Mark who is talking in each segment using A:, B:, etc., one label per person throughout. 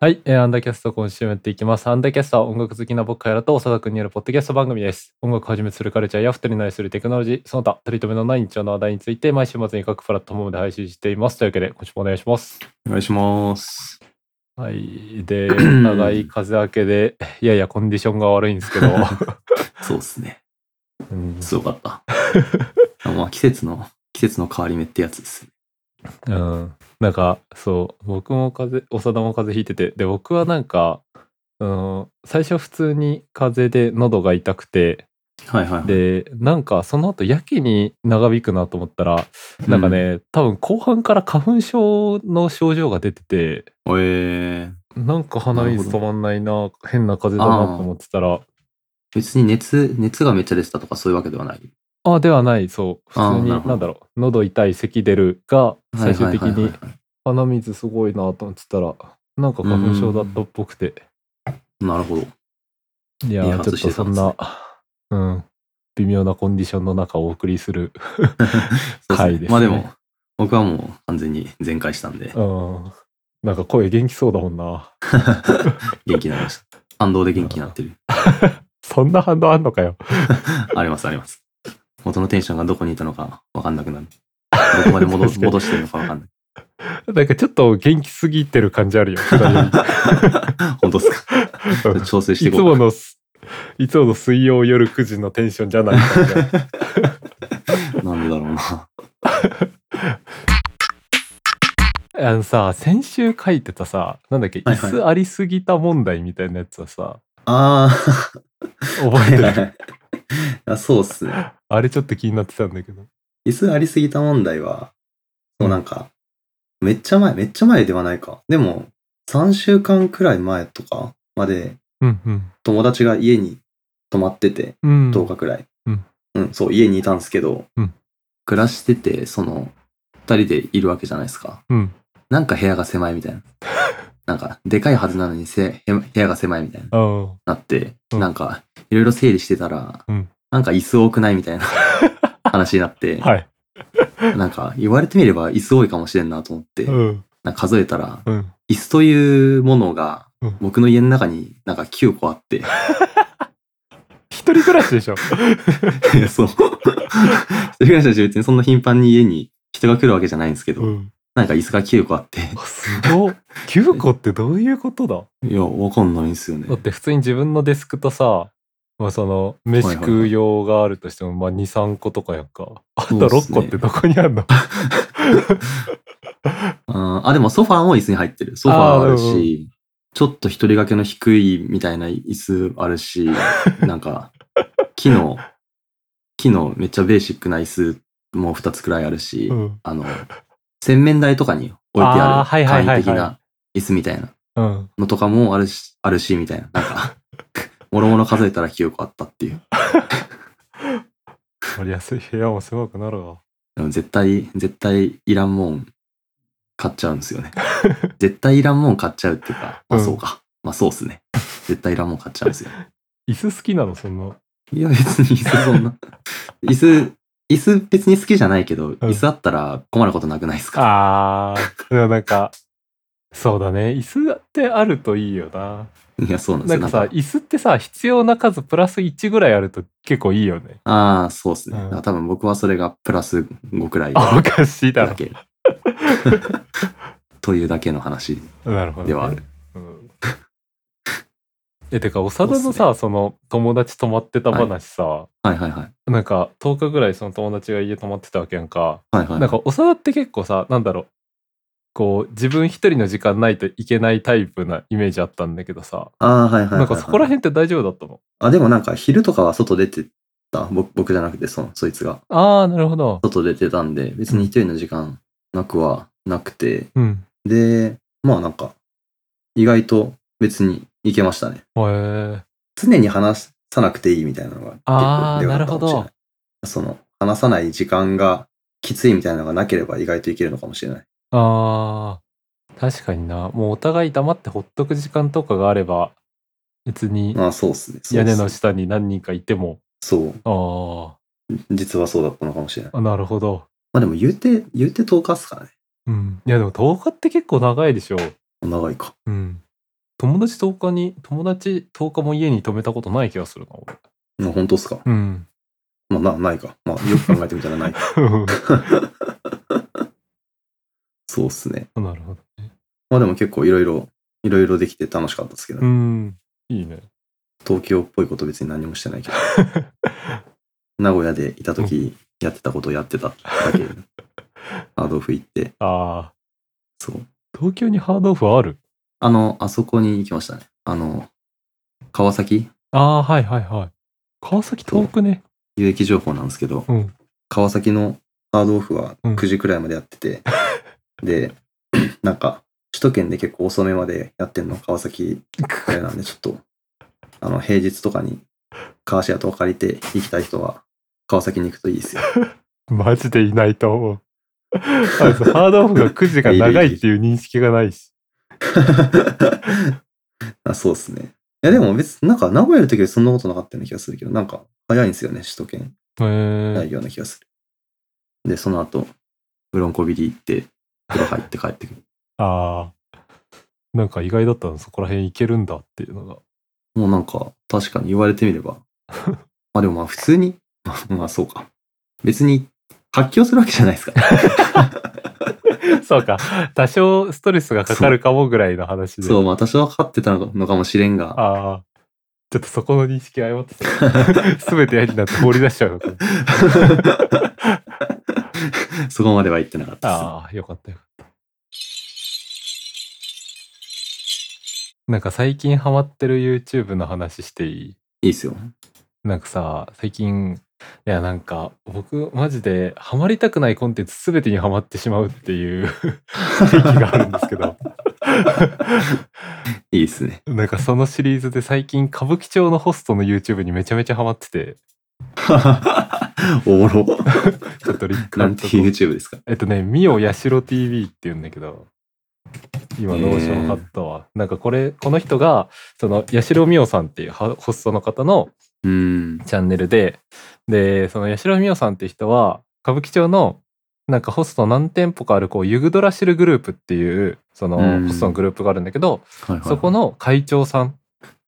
A: はい、えーアンダーキャスト今週もやっていきます。アンダーキャストは音楽好きな僕からと長田君によるポッドキャスト番組です。音楽をはじめするカルチャーや二人の愛するテクノロジー、その他、取り留めのない日常の話題について毎週末に各プラットフォームで配信しています。というわけで、今週もお願いします。
B: お願いします。
A: はい。で、長い風明けで、いやいや、コンディションが悪いんですけど、
B: そうですね。
A: うん
B: すごか った。あまあ季節の、季節の変わり目ってやつですね。
A: うん。なんか、そう、僕も風邪、長田も風邪ひいてて、で、僕はなんか、うん、最初普通に風邪で喉が痛くて、
B: はいはいはい。
A: で、なんかその後やけに長引くなと思ったら、
B: う
A: なんか、ね、多分後半から花粉症の症状が出てて、
B: えー、
A: なんか鼻水止まんないな、変な風邪だなと思ってたら、
B: 別に熱、熱がめっちゃ出てたとかそういうわけではない。
A: ああ、ではない、そう、普
B: あー
A: 通に、
B: な
A: な
B: るほど
A: んだろう、喉痛い、咳出るが、最終的
B: はいはい
A: に
B: はいは
A: 鼻水すごいなと思ってたら、なんか花粉症だったっぽくて、
B: いなるほど。
A: いや
B: いい
A: ー、
B: 話
A: ちょっとそ
B: し
A: ん
B: て
A: な、うん、微妙なコンディションの中お送りする、
B: そう
A: 回
B: です
A: です
B: ねま
A: ね
B: あでも、僕はもう完全に全開したんで
A: う、ん、なんか声元気そうだもんな。
B: 元気になりました。反動で元気になってる。
A: そんな反応あんのかよ。
B: ありますあります。元のテンションがどこにいたのかわかんなくなる。どこまで戻
A: 確かに
B: 戻してるのかわかんない。
A: なんかちょっと元気すぎてる感じあ るよ。普段より
B: 本当ですか調整して
A: い
B: い
A: つ
B: こう
A: ものす、いつもの水曜夜9時のテンションじゃない感じが
B: なんでだろうな。
A: あのさ、先週書いてたさ、なんだっけ、
B: はい
A: 椅
B: はい
A: 子ありすぎた問題みたいなやつはさ、
B: あ
A: 覚えてる。
B: あ、そうっすね。
A: あれちょっと気になってたんだけど。
B: 椅子ありすぎた問題は、そうなんか、めっちゃ前、めっちゃ前ではないか。でも、3週間くらい前とかまで、
A: うんうん。
B: 友達が家に泊まってて、
A: うん。
B: 10日くらい。
A: うん。
B: うん、そう、家にいたんですけど、
A: うん
B: 暮らしてて、その、二人でいるわけじゃないですか。
A: うん。
B: なんか部屋が狭いみたい な。なんか、でかいはずなのにせ部部屋が狭いみたいな。
A: あー
B: なって、
A: うん
B: なんか、いろいろ整理してたら、
A: うん
B: なんか椅子多くないみ たいな話になって、
A: はい。
B: なんか、言われてみれば椅子多いかもしれんなと思って、
A: うん。
B: なんか数えたら、
A: うん。
B: 椅子というものが
A: うん、
B: 僕の家の中になんか9個あって、
A: 一人暮らしでしょ。
B: そう。 一人暮らしだし別にそんな頻繁に家に人が来るわけじゃないんですけど、
A: うん。
B: なんか椅子が9個あって、
A: あすごっ。9個ってどういうことだ
B: いや、わかんないんですよね
A: だ。って普通に自分のデスクとさ、まあ、その飯食う用があるとしても、まあ、23個とかやんかあと
B: そうっす
A: 6
B: ね
A: 個ってどこにあるの
B: あーあ、でもソファーも椅子に入ってる。ソファーある
A: あーうんうん
B: し、ちょっと一人掛けの低いみたいな椅子ある し、なんか、木の、木のめっちゃベーシックな椅子も2つくらいあるし、
A: うん
B: あの、洗面台とかに置いてあ
A: あーはい
B: る
A: はいはい
B: 簡
A: はい
B: 易的な椅子みたいな
A: うん
B: のとかもあるし、あるし、みたいな。なん か、もろもろ数えたら9個あったっていう。
A: 盛りやすい部屋も狭くなるわ
B: でも絶対、絶対いらんもん買っちゃうんです よね。絶対いらんもん買っちゃうっていうか、まあ
A: うん
B: そうか。まあそうっす ね。絶対いらんもん買っちゃうんですよ。
A: 椅子好きなのそんない
B: や別に椅子そんな。椅子、椅子別に好きじゃないけど、椅子あったら困ることなくないですか
A: あーでもなんかそうだね椅子ってあるといいよない
B: やそうなんです
A: な
B: よ。
A: んかさ椅子ってさ必要な数プラス1ぐらいあると結構いいよね
B: ああ、そうっすね。
A: うん
B: だから多分僕はそれがプラス5くらい
A: あおかしいだ
B: だ
A: ろ
B: け。 というだけの話
A: なるほど、ね、
B: ではある。
A: うん、えてか長田
B: そう
A: の
B: っすね
A: さそ,、の友達泊まってた話さ、
B: はいはいはい。
A: なんか10日ぐらいその友達が家泊まってたわけやんか、
B: はいはい。
A: なんか長田って結構さなんだろうこう自分一人の時間ないといけないタイプなイメージあったんだけどさ、
B: ああ、はいはいはいはい。
A: なんかそこら辺って大丈夫だったの
B: あ、でもなんか昼とかは外出てた。僕僕じゃなくて、その、そいつが。
A: ああなるほど
B: 外出てたんで、別に一人の時間なくはなくて。
A: うん
B: で、まあなんか、意外と別に行けましたね。
A: へえ
B: 常に話さなくていいみたいなのが結
A: あ
B: 構
A: ー
B: でかったかもしれ
A: なる
B: ない。その、話さない時間がきついみたいなのがなければ意外といけるのかもしれない。
A: あー確かになもうお互い黙ってほっとく時間とかがあれば別に
B: まあそうっすね。そう
A: 屋
B: っす
A: 根の下に何人かいても
B: そう。
A: あ
B: 実はそうだったのかもしれない。
A: あなるほど
B: まあでも言うて、言うて10日っすからね。
A: うんいやでも10日って結構長いでしょ
B: 長いか。
A: うん友達10日に、友達10日も家に泊めたことない気がするな、俺。
B: もう本当っすか
A: うん。
B: まあな、ないか。まあよく考えてみたらない。そうっすね。
A: なるほどね。
B: まあでも結構いろいろ、いろいろできて楽しかったですけど、
A: うん。いいね。
B: 東京っぽいこと別に何もしてない けど。名古屋でいた時やってたことをやってただけ。アドフ行って、
A: ああ。
B: そう。
A: 東京にハードオフある
B: あの、あそこに行きましたね。あの、川崎
A: ああ、はいはいはい。川崎遠くね。
B: 有益情報なんですけど、
A: うん
B: 川崎のハードオフは
A: うん
B: 9時くらいまでやって て、で、なんか、首都圏で結構遅めまでやってんの川崎くらいなんで、ちょっと、あの、平日とかにカーシェアとか借りて行きたい人は、川崎に行くといいですよ。
A: マジでいないと思う。 あいつハードオフが9時が長いっていう認識がないし。
B: あそうですね。いや、でも別、なんか、名古屋の時はそんなことなかったような気がするけど、なんか、早いんですよね、首都圏。
A: へえ
B: ないような気がする。で、その後、うろんこびり行って、風呂入って帰ってくる。
A: ああ。なんか意外だったの、そこら辺行けるんだっていうのが。
B: もうなんか、確かに言われてみれば。 まあでもまあ普通に、 まあまあそうか。別に発狂するわけじゃないですから。
A: そうか。多少ストレスがかかるかもぐらいの話で。
B: そう、まあ多少はかってたのかもしれんが、
A: ああ。ちょっとそこの認識誤ってた。 すべてやになって放り出しちゃうのか。
B: そこまでは言ってなかったです。
A: ああ、よかったよかった。なんか最近ハマってる YouTube の話していい
B: いいですよ。
A: なんかさ、最近、いやなんか僕マジでハマりたくないコンテンツすべてにハマってしまうっていう 癖があるんですけど。
B: いいですね。
A: なんかそのシリーズで最近歌舞伎町のホストの YouTube にめちゃめちゃハマってて、
B: おも ろ。
A: ちょっとリンク
B: な
A: 貼っ
B: ん
A: と
B: て
A: こう
B: YouTube ですか。
A: えっとね、ミオヤシロ TV って言うんだけど、今、ノーション貼ったわ。なんかこれ、この人が、その、ヤシロミオさんっていうはホストの方の
B: うん。
A: チャンネルで、で、そのヤシロミオさんって人は、歌舞伎町の、なんかホスト何店舗かある、こう、ユグドラシルグループっていう、そ
B: うん
A: の、ホストのグループがあるんだけど、
B: はいはい。
A: そこの会長さん、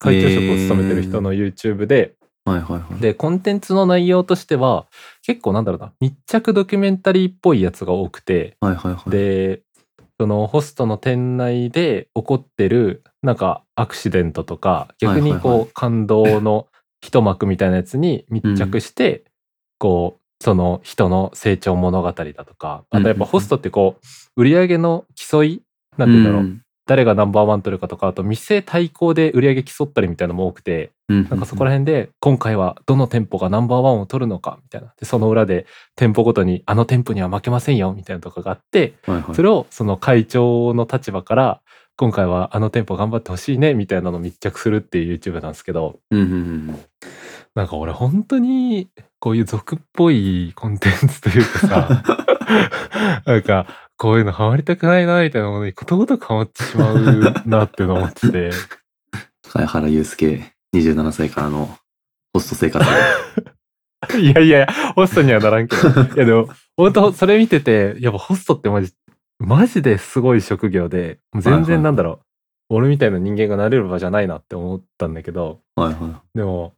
A: 会長職を務めてる人の YouTube で、
B: はいはいはい。
A: で、コンテンツの内容としては、結構なんだろうな、密着ドキュメンタリーっぽいやつが多くて、
B: はいはいはい。
A: で、そのホストの店内で起こってる、なんかアクシデントとか、逆に
B: はいはい
A: こう、感動の一幕みたいなやつに密着して、こう、その人の成長物語だとか、あとやっぱホストってこう、売り上げの競い、なんて言うんだろう、
B: うん
A: 誰がナンバーワン取るかとか、あと店対抗で売り上げ競ったりみたいなのも多くて、
B: うん
A: なんかそこら辺で今回はどの店舗がナンバーワンを取るのかみたいな。で、その裏で店舗ごとにあの店舗には負けませんよみたいなとかがあって、
B: はいはい
A: それをその会長の立場から今回はあの店舗頑張ってほしいねみたいなのを密着するっていう YouTube なんですけど、
B: うんうんうん
A: なんか俺本当にこういう俗っぽいコンテンツというか さ、なんかこういうのハマりたくないなみたいなものにことごとくハマってしまうなっていうのを思ってて。
B: 貝原祐介、27歳からのホスト 生活で。
A: いやいや、ホストにはならんけど。いやでも、本当それ見てて、やっぱホストってマジ、マジですごい職業で、全
B: はいは
A: 然
B: い
A: なんだろう、俺みたいな人間がなれる場じゃないなって思ったんだけど、
B: はいは
A: でも、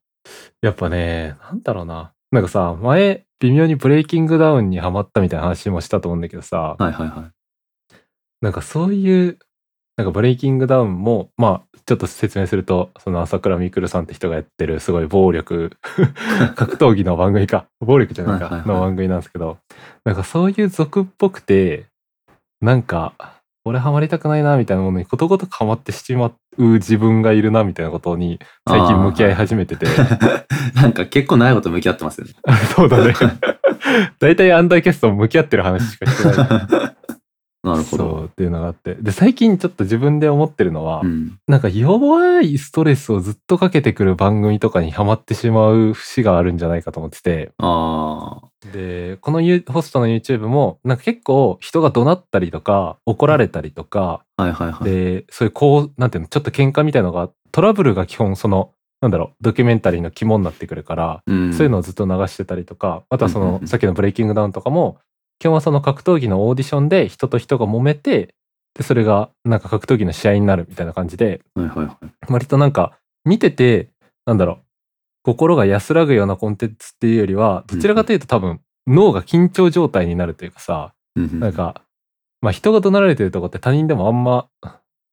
A: やっぱね、なんだろうな。なんかさ、前、微妙にブレイキングダウンにハマったみたいな話もしたと思うんだけどさ、
B: い。はいはいはい。
A: なんかそういう、なんかブレイキングダウンも、まあ、ちょっと説明すると、その朝倉未来さんって人がやってるすごい暴 力、格闘技の番組か、暴力じゃな
B: は
A: い
B: いはい
A: か、
B: はい
A: の番組なんですけど、なんかそういう俗っぽくて、なんか、俺ハマりたくないな、みたいなものにことごとくハマってしまう自分がいるな、みたいなことに最近向き合い始めてて、
B: なんか結構長いこと向き合ってます よね。
A: そうだね。大体アンダーキャスト向き合ってる話しかして ない。
B: なるほ
A: そ
B: ど。
A: うっていうのがあって。で、最近ちょっと自分で思ってるのは、
B: うん。
A: なんか弱いストレスをずっとかけてくる番組とかにハマってしまう節があるんじゃないかと思ってて。
B: ああ。
A: で、このユホストの YouTube も、なんか結構人が怒鳴ったりとか、怒られたりとか、
B: はいはいはい。
A: で、そういうこう、なんていうの、ちょっと喧嘩みたいのが、トラブルが基本その、なんだろう、ドキュメンタリーの肝になってくるから、
B: うん
A: そういうのをずっと流してたりとか、あとはそ
B: うんうん
A: の
B: う、ん
A: さっきのブレイキングダウンとかも、基本はその格闘技のオーディションで人と人が揉めて、で、それがなんか格闘技の試合になるみたいな感じで、
B: はいはいはい。
A: 割となんか見ててなんだろう心が安らぐようなコンテンツっていうよりはどちらかというと多分脳が緊張状態になるというかさ、
B: うんうん
A: なん、かまあ人が怒鳴られてるとこって他人でもあんま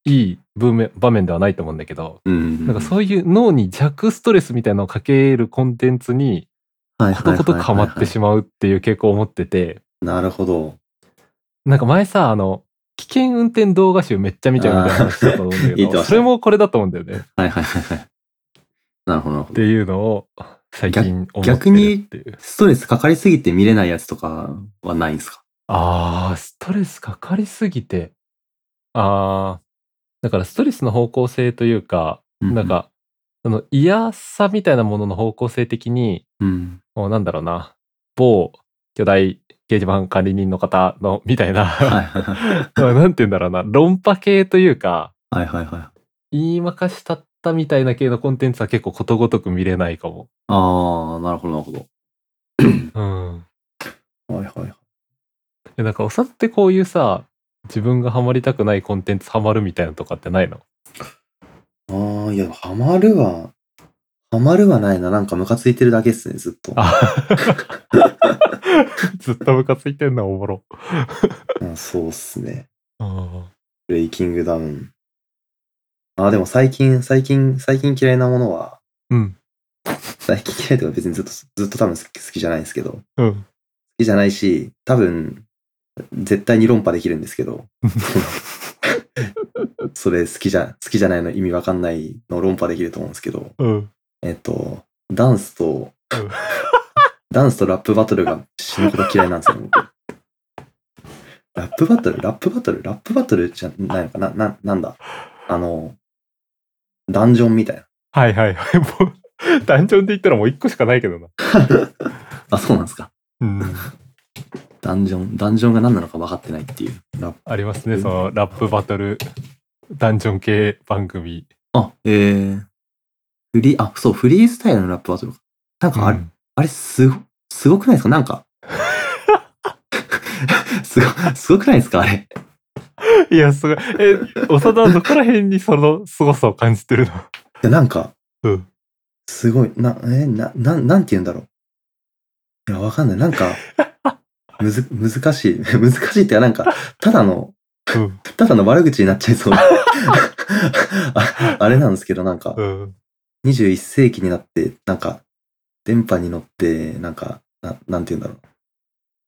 A: いい場面場面ではないと思うんだけど、
B: うんうん、
A: なんかそういう脳に弱ストレスみたいなのをかけるコンテンツに
B: う
A: ことことかまってしまうっていう傾向を持ってて
B: まう。なるほど。
A: なんか前さあの危険運転動画集めっちゃ見ちゃうみたいな話したと 思うんだ
B: あー
A: け
B: いいと思
A: ど
B: う
A: それもこれだと思うんだよね。
B: はいはいはいはい。なるほどなるほ
A: っ
B: ど
A: て。いうのを最近思ってる
B: 逆に
A: っていう。
B: ストレスかかりすぎて見れないやつとかはないんですか
A: ああ、ストレスかかりすぎて。ああ、だからストレスの方向性というか、なん、か、その嫌さみたいなものの方向性的に、
B: うん。
A: もうなんだろうな、某巨大掲示板管理人の方の、みたいな、
B: はいはいはい。
A: まあなんて言うんだろうな、論破系というか、
B: はいはいはい。あ
A: 言いまかしたったみたいな系のコンテンツは結構ことごとく見れないかも。
B: あー、なるほどなるほど。
A: うん。
B: はいはいはい。
A: え、なんか、おさってこういうさ、自分がハマりたくないコンテンツハマるみたいなのとかって ないの
B: ああ、いや、ハマるは、ハマるはないな。なんかムカついてるだけっすね、ずっと。
A: あずっとムカついてんな、おもろ。
B: うんそうっすね。
A: あ
B: ブレイキングダウン。ああ、でも最近、最近、最近嫌いなものは、
A: うん。
B: 最近嫌いとか別にずっと、ずっと多分好き好きじゃないんですけど、好
A: うん。
B: きじゃないし、多分、絶対に論破できるんですけ ど、それ好きじゃ、好きじゃないの意味わかんないのを論破できると思うんですけど、
A: うん。
B: えっと、ダンスと
A: うん、
B: ダンスとラップバトルが死ぬほど嫌いなんですよ、僕ラップバトルラップバトルラップバトルじゃないのかなな、なんだあの、ダンジョンみたいな。
A: はいはいはい。 もう、ダンジョンで言ったらもう一個しかないけどな。
B: あ、そうなんですか。
A: うん。
B: ダンジョン、ダンジョンが何なのか分かってないっていう。ラップ
A: ありますね、その、ラップバトル、ダンジョン系番組。
B: あ、えー、フリー、あ、そう、フリースタイルのラップバトルか。なんかあれ、
A: うん
B: あれ、すご、すごくないですかなんか。 すご、すごくないですかあれ。
A: いや、すごい。え、長田はどこら辺にその凄さを感じてるの
B: いやなんか、
A: うん
B: すごい、な、え、な、なん、なんて言うんだろう。いや、わかんない。なんか、むず、難しい。 難しいっていうか、なんか、ただの、
A: うん。
B: ただの悪口になっちゃいそうな あ。あれなんですけど、なんか、
A: うん。
B: 21世紀になって、なんか、電波に乗って、なんか、ななんて言うんだろう。い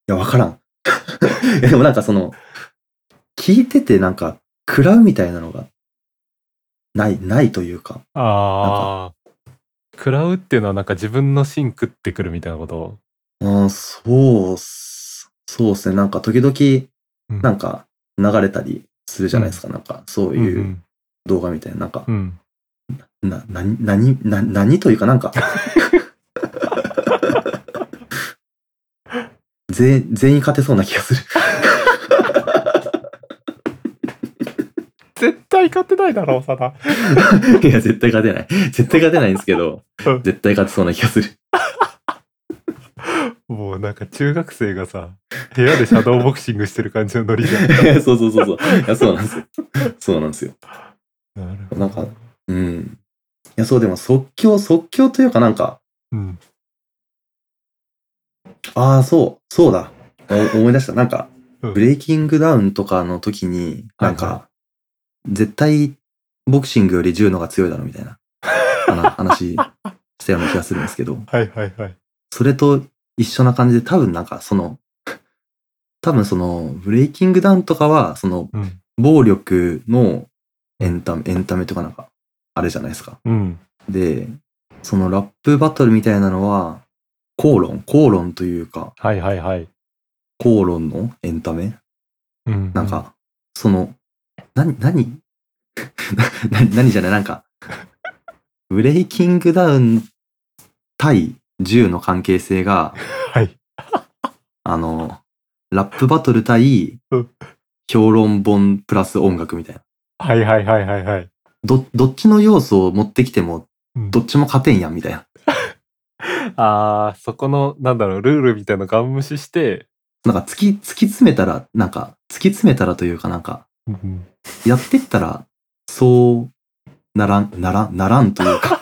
B: や、わからん。 いやでもなんかその、聞いててなんか、食らうみたいなのが、ない、ないというか、
A: ああ。食らうっていうのはなんか自分の芯食ってくるみたいなこと。
B: うん、そうっす、そうですね。なんか時々、
A: うん
B: なんか流れたりするじゃないですか。なんか、そうい
A: ん
B: う
A: うん
B: 動画みたいな。なんか
A: う、ん。
B: な、なに、なに、な、何というかなん か、全、全員勝てそうな気がす る。
A: 絶対勝てないだろう、さだ。
B: いや、絶対勝てない。絶対勝てないんですけど
A: うん、
B: 絶対勝てそうな気がする。
A: もうなんか中学生がさ、部屋でシャドーボクシングしてる感じのノ リじゃん。
B: そうそうそうそう。いや、そうなんですよ。そうなんですよ。
A: なる
B: ほどなんかうん。いや、そう、でも即興、即興というかなんか、
A: うん。
B: ああ、そう、そうだ。 お思い出した。なんか、
A: うん
B: ブレイキングダウンとかの時に、なん
A: はい
B: か、絶対ボクシングより銃のが強いだろみたいなあ の話したような気がするんですけど、
A: はいはいはい。
B: それと一緒な感じで多分なんかその、多分その、ブレイキングダウンとかは、その、
A: うん。
B: 暴力のエンタメ、エンタメとかなんか、あれじゃないですか。
A: うん。
B: で、そのラップバトルみたいなのは、口論、口論というか、
A: はいはいはい。
B: 口論のエンタメ
A: うん。
B: なんか、その、な、何 な、な、何じゃないなんか、ブレイキングダウン対銃の関係性が、
A: はい。
B: あの、ラップバトル対
A: うん、
B: 評論本プラス音楽みたいな。
A: はいはいはいはいはい。
B: ど、どっちの要素を持ってきても、
A: うん
B: どっちも勝てんやん、みたいな。
A: あー、そこの、なんだろう、ルールみたいなのガン無視して、
B: なんか、突き、突き詰めたら、なんか、突き詰めたらというかなんか、
A: うん
B: やってったら、そうならん、ならん、ならんという か、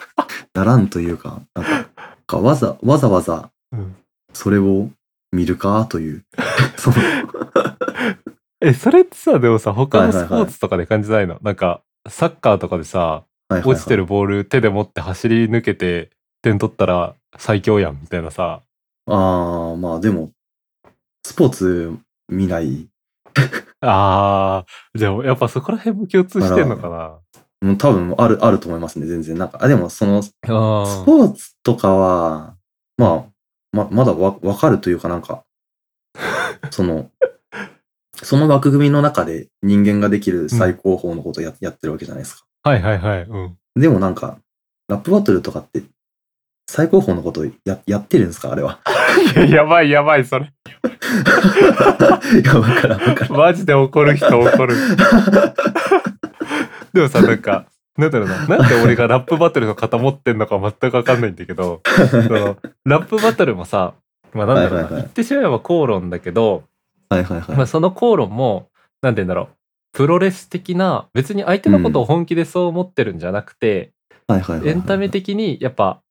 B: ならんというか、なんか、なんかわざ、わざわざ
A: うん
B: それを見るかと いう、その、
A: え、それってさ、でもさ、他
B: は
A: の
B: いはいは
A: ス
B: い
A: ポーツとかで感じないの、なんか、サッカーとかでさ、
B: はいはいはい
A: 落ちてるボール手で持って走り抜けて、点取ったら最強やん、みたいなさ。
B: ああ、まあでも、スポーツ見ない。
A: あー、でもやっぱそこら辺も共通してんのかな。
B: もう多分ある、あると思いますね、全然。なんか、あ、でもその、ス
A: あー
B: ポーツとかは、まあ、ま、まだわ、わかるというかなん か、その、その枠組みの中で人間ができる最高峰のことをや,、やってるわけじゃないですか。
A: はいはいはい。うん。
B: でもなんか、ラップバトルとかって、最高峰のことややってるんですかあれ は。
A: いややばいやばい、それ。
B: いや、わからん、わからん。
A: マジで怒る人怒 る。でもさ、なんか、なんだろうな。なんで俺がラップバトルの型持ってんのか全くわかんないんだけど、その、ラップバトルもさ、まあなんだろうな。
B: はいはいはい
A: 言ってしまえば口論だけど、
B: はいはいはい。
A: まあその口論も、なんて言うんだろう。プロレス的な、別に相手のことを本気でそう思ってるんじゃなくて、
B: はいはいはいはい。
A: エンタメ的にやっぱ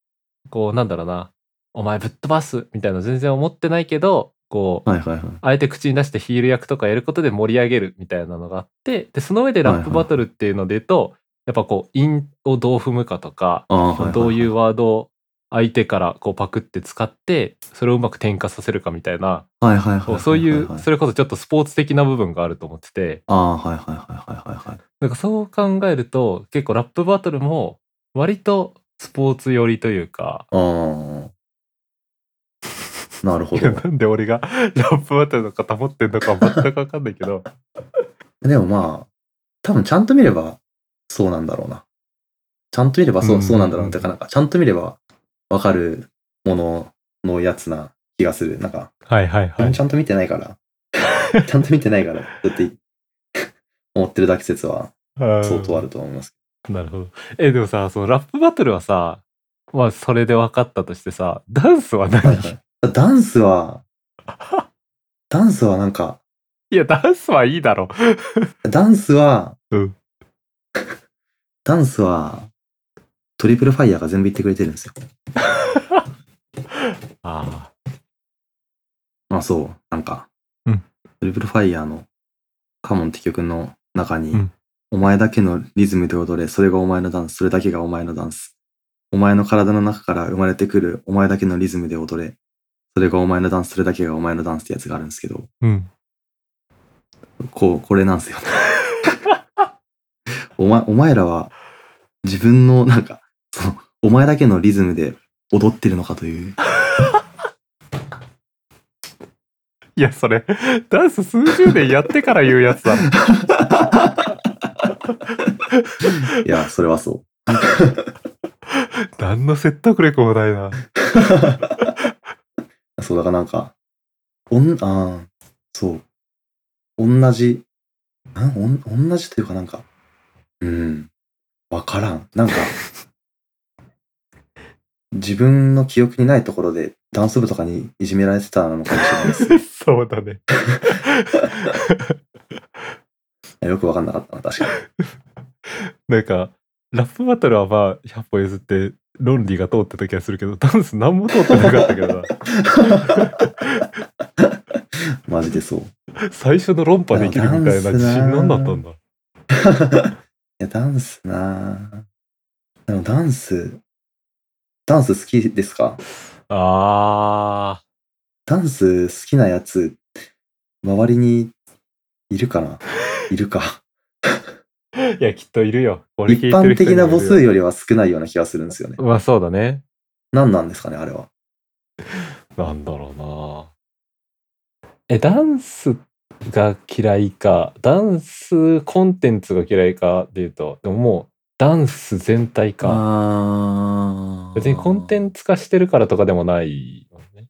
A: こうなんだろうなお前ぶっ飛ばすみたいなの全然思ってないけどこう
B: はいはいはい。
A: あえて口に出してヒール役とかやることで盛り上げるみたいなのがあってでその上でラップバトルっていうので言うとやっぱこう韻をどう踏むかとか
B: ああ、はいはい。
A: どういうワードを相手からこうパクって使ってそれをうまく転化させるかみたいな
B: はいはいはい
A: こ
B: は
A: う
B: い。
A: そういう
B: はいはい
A: それこそちょっとスポーツ的な部分があると思ってて
B: ああ、はいはいはいはいはいはい。
A: なんかそう考えると結構ラップバトルも割とスポーツ寄りというか
B: ああ。なるほ
A: いや
B: ど。
A: なんで俺が ラップバトルの方持ってんのか全くわかんないけど。
B: でもまあ、多分ちゃんと見ればそうなんだろうな。ちゃんと見ればそう,、
A: うん
B: そうなんだろうな。てか、なんかちゃんと見ればわかるもののやつな気がする。なんか、
A: はいはいはい
B: ち。ゃんと見てない から。ちゃんと見てないから、だって思ってるだけ説は相当あると思います。
A: うんなるほど。え、でもさ、そのラップバトルはさ、まあそれで分かったとしてさ、ダンスは何、
B: はい
A: い
B: はい、ダンスは、ダンスはなんか、
A: や、ダンス はいいだろ。
B: ダンスは、
A: うん
B: ダンスは、トリプルファイヤーが全部言ってくれてるんですよ。
A: あ
B: まあそう、なんか、
A: うん
B: トリプルファイヤーのカモンって曲の中に、
A: うん
B: お前だけのリズムで踊れ、それがお前のダンス、それだけがお前のダンス。お前の体の中から生まれてくるお前だけのリズムで踊れ、それがお前のダンス、それだけがお前のダンスってやつがあるんですけど、
A: あ。うん。
B: こう、これなんですよね。 お前、お前らは、自分の、なんか、その、お前だけのリズムで踊ってるのかという。
A: いや、それ、ダンス数十年やってから言うやつだ ろ。
B: いや、それはそう。
A: 何の説得力もないな。
B: そう、だからなんか、おん、あーそう。同じ、なんおん同じというかなんか、うん、わからん。なんか、自分の記憶にないところでダンス部とかにいじめられてたのかもしれないです。
A: そうだね。
B: よくわかんなかったな、確かに。
A: なんか、ラップバトルはまあ、100歩譲って論理が通ってた気がするけど、ダンス何も通ってなかったけどな。
B: マジでそう。い
A: 最初の論破できるみたいな自信何だったんだ
B: や、ダンスなぁ。でもダンス、ダンス好きですか
A: あ
B: ダンス好きなやつ、周りにいるか ないるか。
A: ーいやきっといるよ俺
B: 一
A: 聞いて
B: 般
A: る人
B: 的
A: にも
B: ない
A: るよ
B: 母数よりは少ないような気がするんですよね。
A: まあそうだね
B: 何なんですかね、あれは。
A: なんだろうなえダンスが嫌いかダンスコンテンツが嫌いかでいうとでももうダンス全体か
B: あ
A: 別にコンテ
B: ン
A: ンツ化してるからとかでもないよね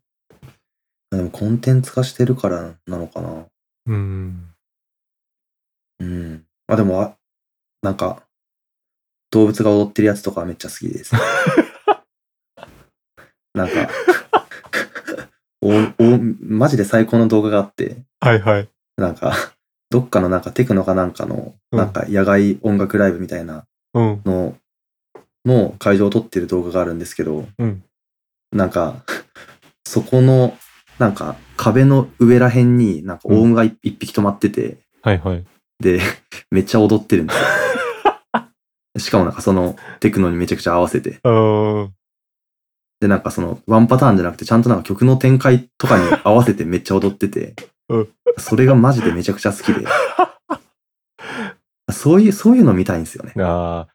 B: ツ。でもコンテンツ化してるからなのかな。
A: うん
B: うん。まあでも、あなんか、動物が踊ってるやつとかめっちゃ好き です。なんか、 おおマジで最高の動画があって、
A: はいはい
B: なんか、 どっかのなんかテクノかなんかの、
A: うん
B: なんか野外音楽ライブみたいな
A: うん。
B: のの会場を撮ってる動画があるんですけど、
A: うん
B: なんか、 そこの、なんか壁の上らへんになんかオウムが一一匹止まってて、
A: はいはい。
B: で、 めっちゃ踊ってるん ですよ。しかもなんかそのテクノにめちゃくちゃ合わせて。
A: あー
B: で、なんかそのワンパターンじゃなくてちゃんとなんか曲の展開とかに合わせてめっちゃ踊ってて
A: うん、
B: それがマジでめちゃくちゃ好きで。そういう、そういうの見たいんですよね。
A: あ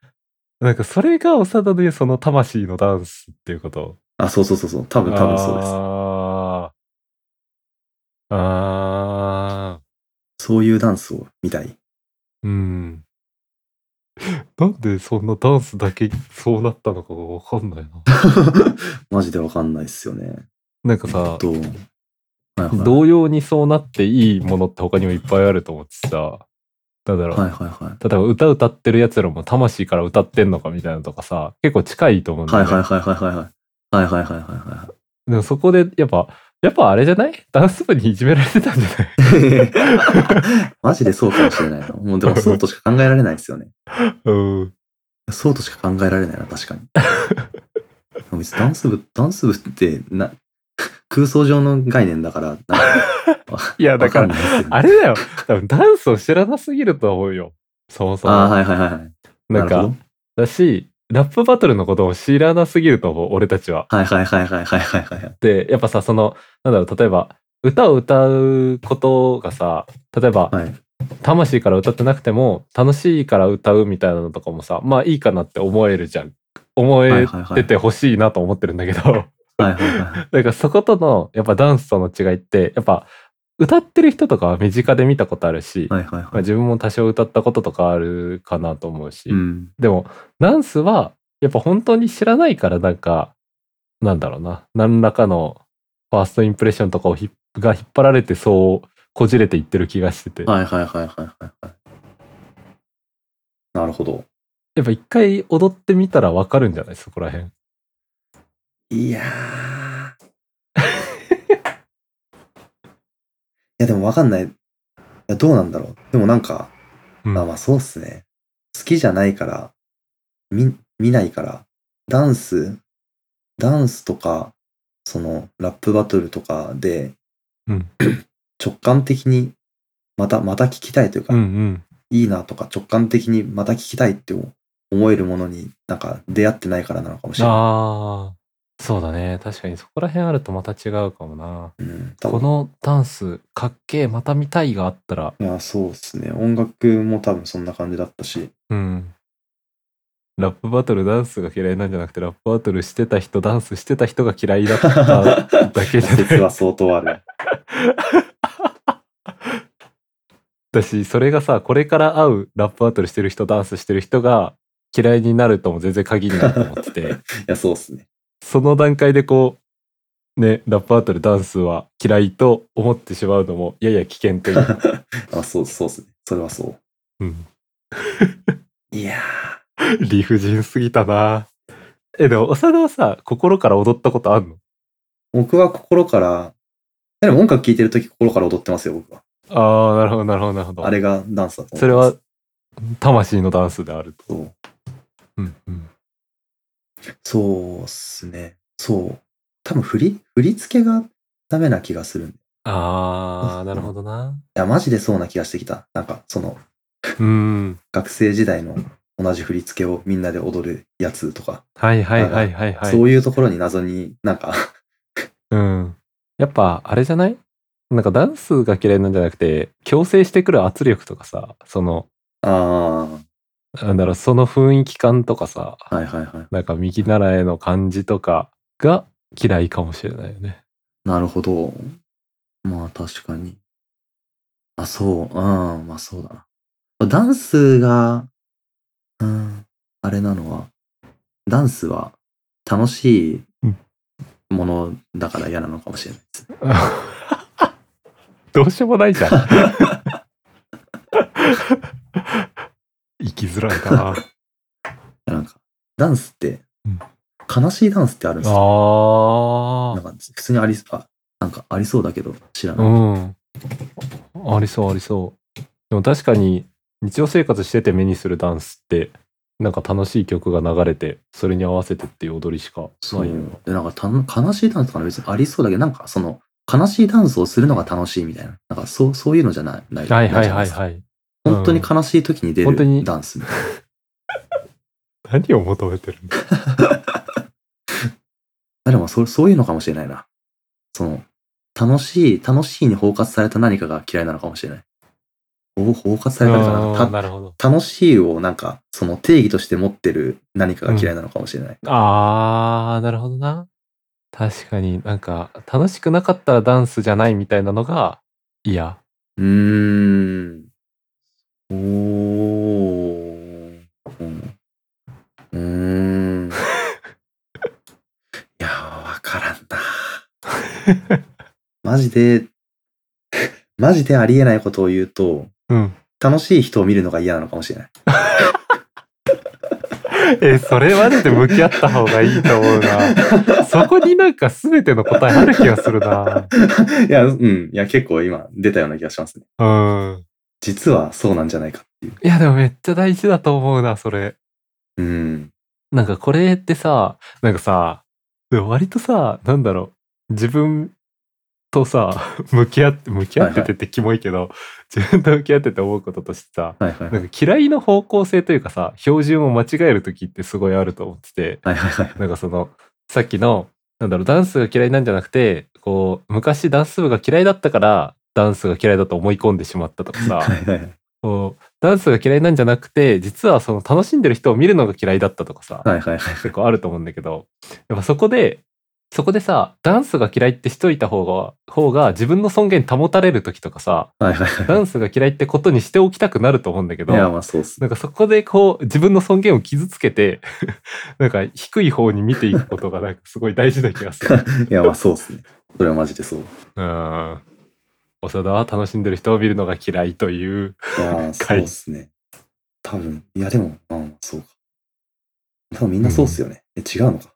A: ー。なんかそれが長田でその魂のダンスっていうこと。
B: あ、そうそうそうそう。多分、多分そうです。
A: ああ。ああ。
B: そういうダンスを見たい。
A: うん。 なんでそんなダンスだけそうなったのかがわかんないな。
B: マジでわかんないっすよね。
A: なんかさ、
B: どうはいはい
A: 同様にそうなっていいものって他にもいっぱいあると思ってさ、なんだろう。
B: はいはいはい。
A: 例えば歌歌ってるやつらも魂から歌ってんのかみたいなのとかさ、結構近いと思うんだ
B: は
A: よ
B: いは
A: ね。
B: いはいはいはいはい。はいはいはいは
A: でもそこでやっぱ、やっぱあれじゃないダンス部にいじめられてたんじゃない
B: い はい。 マジでそうかもしれないな。もうでもそうとしか考えられないですよね。
A: うん。
B: そうとしか考えられないな、確かに。でも別にダンス部、ダンス部ってな、空想上の概念だから、
A: いや、
B: だ
A: だ
B: か
A: から
B: ん
A: ら、
B: ないっすよね。
A: あれだよ。多分ダンスを知らなすぎると思うよ。そもそも。
B: あーはいはいはいはい。
A: なん
B: るほ
A: か、
B: ど
A: だし、ラップバトルのことを知らなすぎると思う、俺たちは。
B: はいはいはいはいはいはいはい。
A: で、やっぱさ、その、なんだろう、例えば、歌を歌うことがさ、例えば、
B: はい。
A: 魂から歌ってなくても、楽しいから歌うみたいなのとかもさ、まあいいかなって思えるじゃん。思
B: はい
A: え
B: はいはい。
A: ててほしいなと思ってるんだけど、
B: はいはいはい。
A: だからそことの、やっぱダンスとの違いって、やっぱ、歌ってる人とかは身近で見たことあるし、
B: はいはい
A: まあ
B: はい。
A: 自分も多少歌ったこととかあるかなと思うし、
B: うん。
A: でも、ダンスは、やっぱ本当に知らないから、なんか、なんだろうな、何らかのファーストインプレッションとかをひっが引っ張られて、そう、こじれていってる気がしてて、
B: はいはいはいはいはいはい。なるほど。
A: やっぱ一回踊ってみたらわかるんじゃないそこら辺。
B: いやー。い やでもわかんない。いやどうなんだろう。でもなんか、
A: うん
B: あまあそうっすね。好きじゃないから、見、見ないから、ダンス、ダンスとか、その、ラップバトルとかで、
A: うん。
B: 直感的に、また、また聞きたいというか
A: うんう、ん。
B: いいなとか直感的にまた聞きたいって思えるものになんか出会ってないからなのかもしれな
A: ああ、そうだね。確かにそこら辺あるとまた違うかもな。
B: い。うん、多
A: こ
B: 分
A: のダンス、かっけえ、また見たいがあったら、
B: いやそうですね音楽も多分そんな感じだったし
A: うん。ラップバトルダンスが嫌いなんじゃなくて、ラップバトルしてた人、ダンスしてた人が嫌いだ っただけじゃ
B: 説
A: ない。
B: は相当ある。
A: だし、それがさ、これから会うラップバトルしてる人、ダンスしてる人が嫌いになるとも全然限りないと思って て、
B: いやそうですね。
A: その段階でこう、ね、ラップバトルダンスは嫌いと思ってしまうのも、やや危険と いうか。
B: あそうそうですね。それはそ
A: うん。
B: う。いや
A: 理不尽すぎたなえ、でも、長田はさ、心から踊ったことあんの
B: ー僕は心からでも音楽聴いてる時心から踊ってますよ僕は。
A: ああ、なるほど、なるほど、なるほど。
B: あれがダンスだと思
A: それは、魂のダンスであると。
B: そう
A: うんうん。
B: そうっすね。そう。多分振り振り付けがダメな気がするんで。い
A: あ
B: あ
A: あ、なるほどな。
B: やマジでそうな気がしてきた。なんかその
A: うん。
B: 学生時代の同じ振り付けをみんなで踊るやつとか、
A: はいはいはいはいはい。
B: そういうところに謎になんか
A: うん。やっぱ、あれじゃないなんかダンスが嫌いなんじゃなくて、強制してくる圧力とかさ、その、
B: あ
A: なんだろう、その雰囲気感とかさ、
B: あはいはいはい
A: なんか右習いの感じとかが嫌いかもしれないよね。
B: なるほどまあ確かにあそううんまあそうだなダンスがうんあれなのはダンスは楽しい
A: うん
B: ものだから嫌なのかもしれないですね
A: どうしようもないじゃん。生きづらいな。
B: なんかダンスって、
A: うん
B: 悲しいダンスってあるんですよ
A: あ
B: なんか普通にありあなんかありそうだけど知ら
A: あ、
B: ない。
A: うん。ありそうありそう。でも確かに日常生活してて目にするダンスってなんか楽しい曲が流れてそれに合わせてっていう踊りしか
B: そ
A: な
B: う
A: いよな。
B: でなんかた悲しいダンスとか別にありそうだけど、なんかその、悲しいダンスをするのが楽しいみたいな。なんかそう、そういうのじゃない。ない
A: はい
B: な
A: はい
B: じゃな
A: はい
B: ですか
A: はい。
B: 本当に悲しい時に出
A: 本当に
B: るダンスみたいな。
A: 何を求めてるんだ
B: あでもそ、そういうのかもしれないな。その、楽しい、楽しいに包括された何かが嫌いなのかもしれない。お包括されたのかな
A: あーなるほど。
B: た楽しいをなんか、その定義として持ってる何かが嫌いなのかもしれない。
A: あー、なるほどな。確かになんか楽しくなかったらダンスじゃないみたいなのが嫌。
B: うーん。おー。うん。うーん。いやー、わからんな。 マジで、 マジでありえないことを言うと、
A: うん。
B: 楽しい人を見るのが嫌なのかもしれない。
A: え、それまでで向き合った方がいいと思うな。 そこになんか全ての答えある気がするな。
B: いや、うん。いや、結構今出たような気がしますね。
A: うん。
B: 実はそうなんじゃないかっていう。
A: いやでもめっちゃ大事だと思うな、それ。
B: うん。
A: なんかこれってさ、なんかさ、割とさ、なんだろう、自分とさ、向き合って、向き合っててってキモいけど、自分と向き合ってて思うこととしてさ、
B: はいはい。はい
A: なんか嫌いの方向性というかさ、標準を間違える時ってすごいあると思ってて、
B: はいはい。
A: なんかその、さっきの、なんだろう、ダンスが嫌いなんじゃなくて、こう、昔ダンス部が嫌いだったから、ダンスが嫌いだと思い込んでしまったとかさ、
B: はいはいはい。
A: こう、ダンスが嫌いなんじゃなくて、実はその楽しんでる人を見るのが嫌いだったとかさ、
B: はいはいはい。
A: 結構あると思うんだけど、やっぱそこで、そこでさ、ダンスが嫌いってしといた方が、方が自分の尊厳保たれる時とかさ、
B: はいはい
A: ダンスが嫌いってことにしておきたくなると思うんだけど、
B: はい。いや、
A: な
B: まあそうっすね。
A: んかそこでこう、自分の尊厳を傷つけて、 なんか低い方に見ていくことがなんかすごい大事な気がする。
B: いや、まあそうっすね。それはマジでそう。
A: うん。長田は楽しんでる人を見るのが嫌いという。
B: あ あ、そうっすね。多分。いや、でも、ああ、そうか。多分みんなそうっすよね。え、違うのか。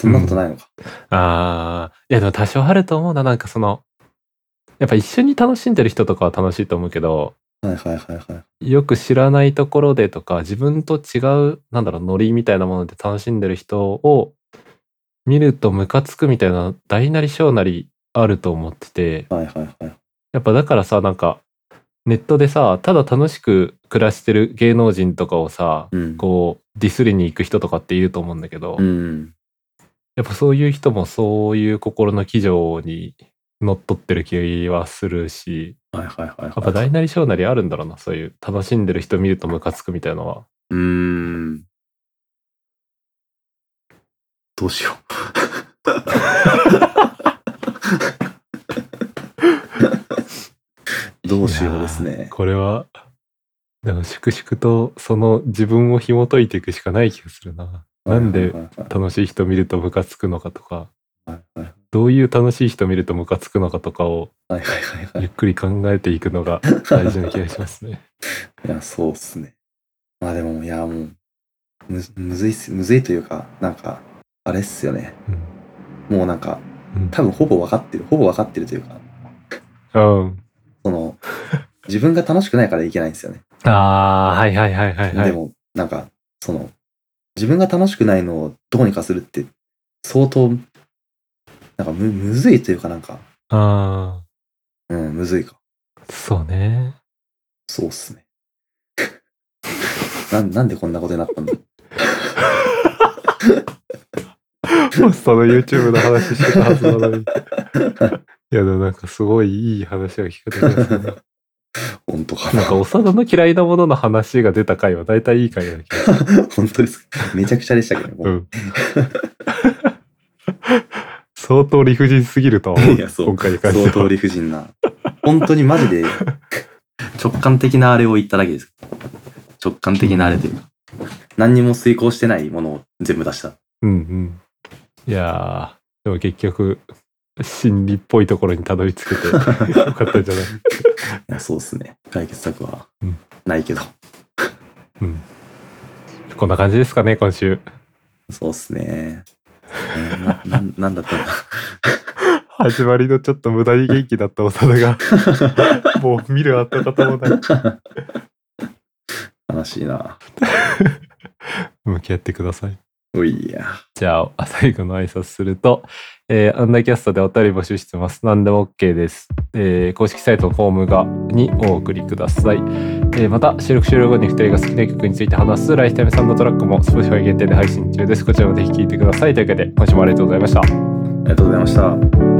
B: そんなことないのか。
A: ああ、いやでも多少あると思うな、なんかその、やっぱ一緒に楽しんでる人とかは楽しいと思うけど、
B: はいはいはいはい。
A: よく知らないところでとか自分と違うなんだろうノリみたいなもので楽しんでる人を見るとムカつくみたいな大なり小なりあると思ってて
B: はいはいはい。
A: やっぱだからさなんかネットでさただ楽しく暮らしてる芸能人とかをさ
B: うん。
A: こうディスりに行く人とかっていると思うんだけど、
B: うん。
A: やっぱそういう人もそういう心の気丈にのっとってる気はするし
B: はいはいはいはい。
A: やっぱ大なり小なりあるんだろうなそういう楽しんでる人見るとムカつくみたいなのは。
B: うーん。どうし よう。どうしようです
A: いやー
B: ね。
A: これは、でも粛々とその自分を紐解いていくしかない気がするな。なん
B: は
A: で
B: いはい
A: 楽しい人見るとムカつくのかとか、
B: はいはい
A: どういう楽しい人見るとムカつくのかとかを
B: はいはいはいはい
A: ゆっくり考えていくのが大事な気がしますね。
B: いや、そうっすね。まあでも、いや、もう、むむずいっす、むずいというか、なんか、あれっすよね。
A: うん
B: もうなんか、
A: うん
B: 多分ほぼ分かってる、ほぼ分かってるというか、
A: うん、
B: そ の、自分が楽しくないからいけないんですよね。
A: ああ、はいはいはいはいは
B: で
A: い。
B: も、なんか、その、自分が楽しくないのをどうにかするって、相当、なんかむ、むずいというかなんか、
A: あ
B: うん、むずいか。
A: あ、そう ね。
B: そうっすね。 なんなんでこんなことになったんだ
A: ポストの YouTube の話してたはずなの に。いやでもなんかすごいいい話が聞かれて ますね。
B: 本当か
A: なんか、おさだの嫌いなものの話が出た回は大体いい回だけど。
B: 本当ですか。めちゃくちゃでしたけど、もう
A: うん。 相当理不尽すぎるとは 思 う。
B: いやそう
A: 今回に関して
B: 相
A: は。
B: 当理不尽な。本当にマ ジで直感的なあれを言っただけです。直感的なあれというか。何にも遂行してないものを全部出した。
A: うんうん。いやー、でも結局、心理っぽいところにたどり着けて よかったんじゃない
B: いやそうですね。解決策は
A: うん
B: ないけど。
A: うん。こんな感じですかね、今週。
B: そうですね。えーなななんだったんだ。
A: 始まりのちょっと無駄に元気だった長田 が、もう見る跡形もない。
B: 悲しいな。
A: 向き合ってください。
B: おいや。
A: じゃあ、最後の挨拶すると、えーアンダーキャストでお便り募集してます。何でも OK です。えー公式サイトのフォームがにお送りください。えーまた、収録終了後に2人が好きな曲について話すライフタイムサンドトラックも Spotify 限定で配信中です。こちらもぜひ聴いてください。というわけで、今週もありがとうございました。
B: ありがとうございました。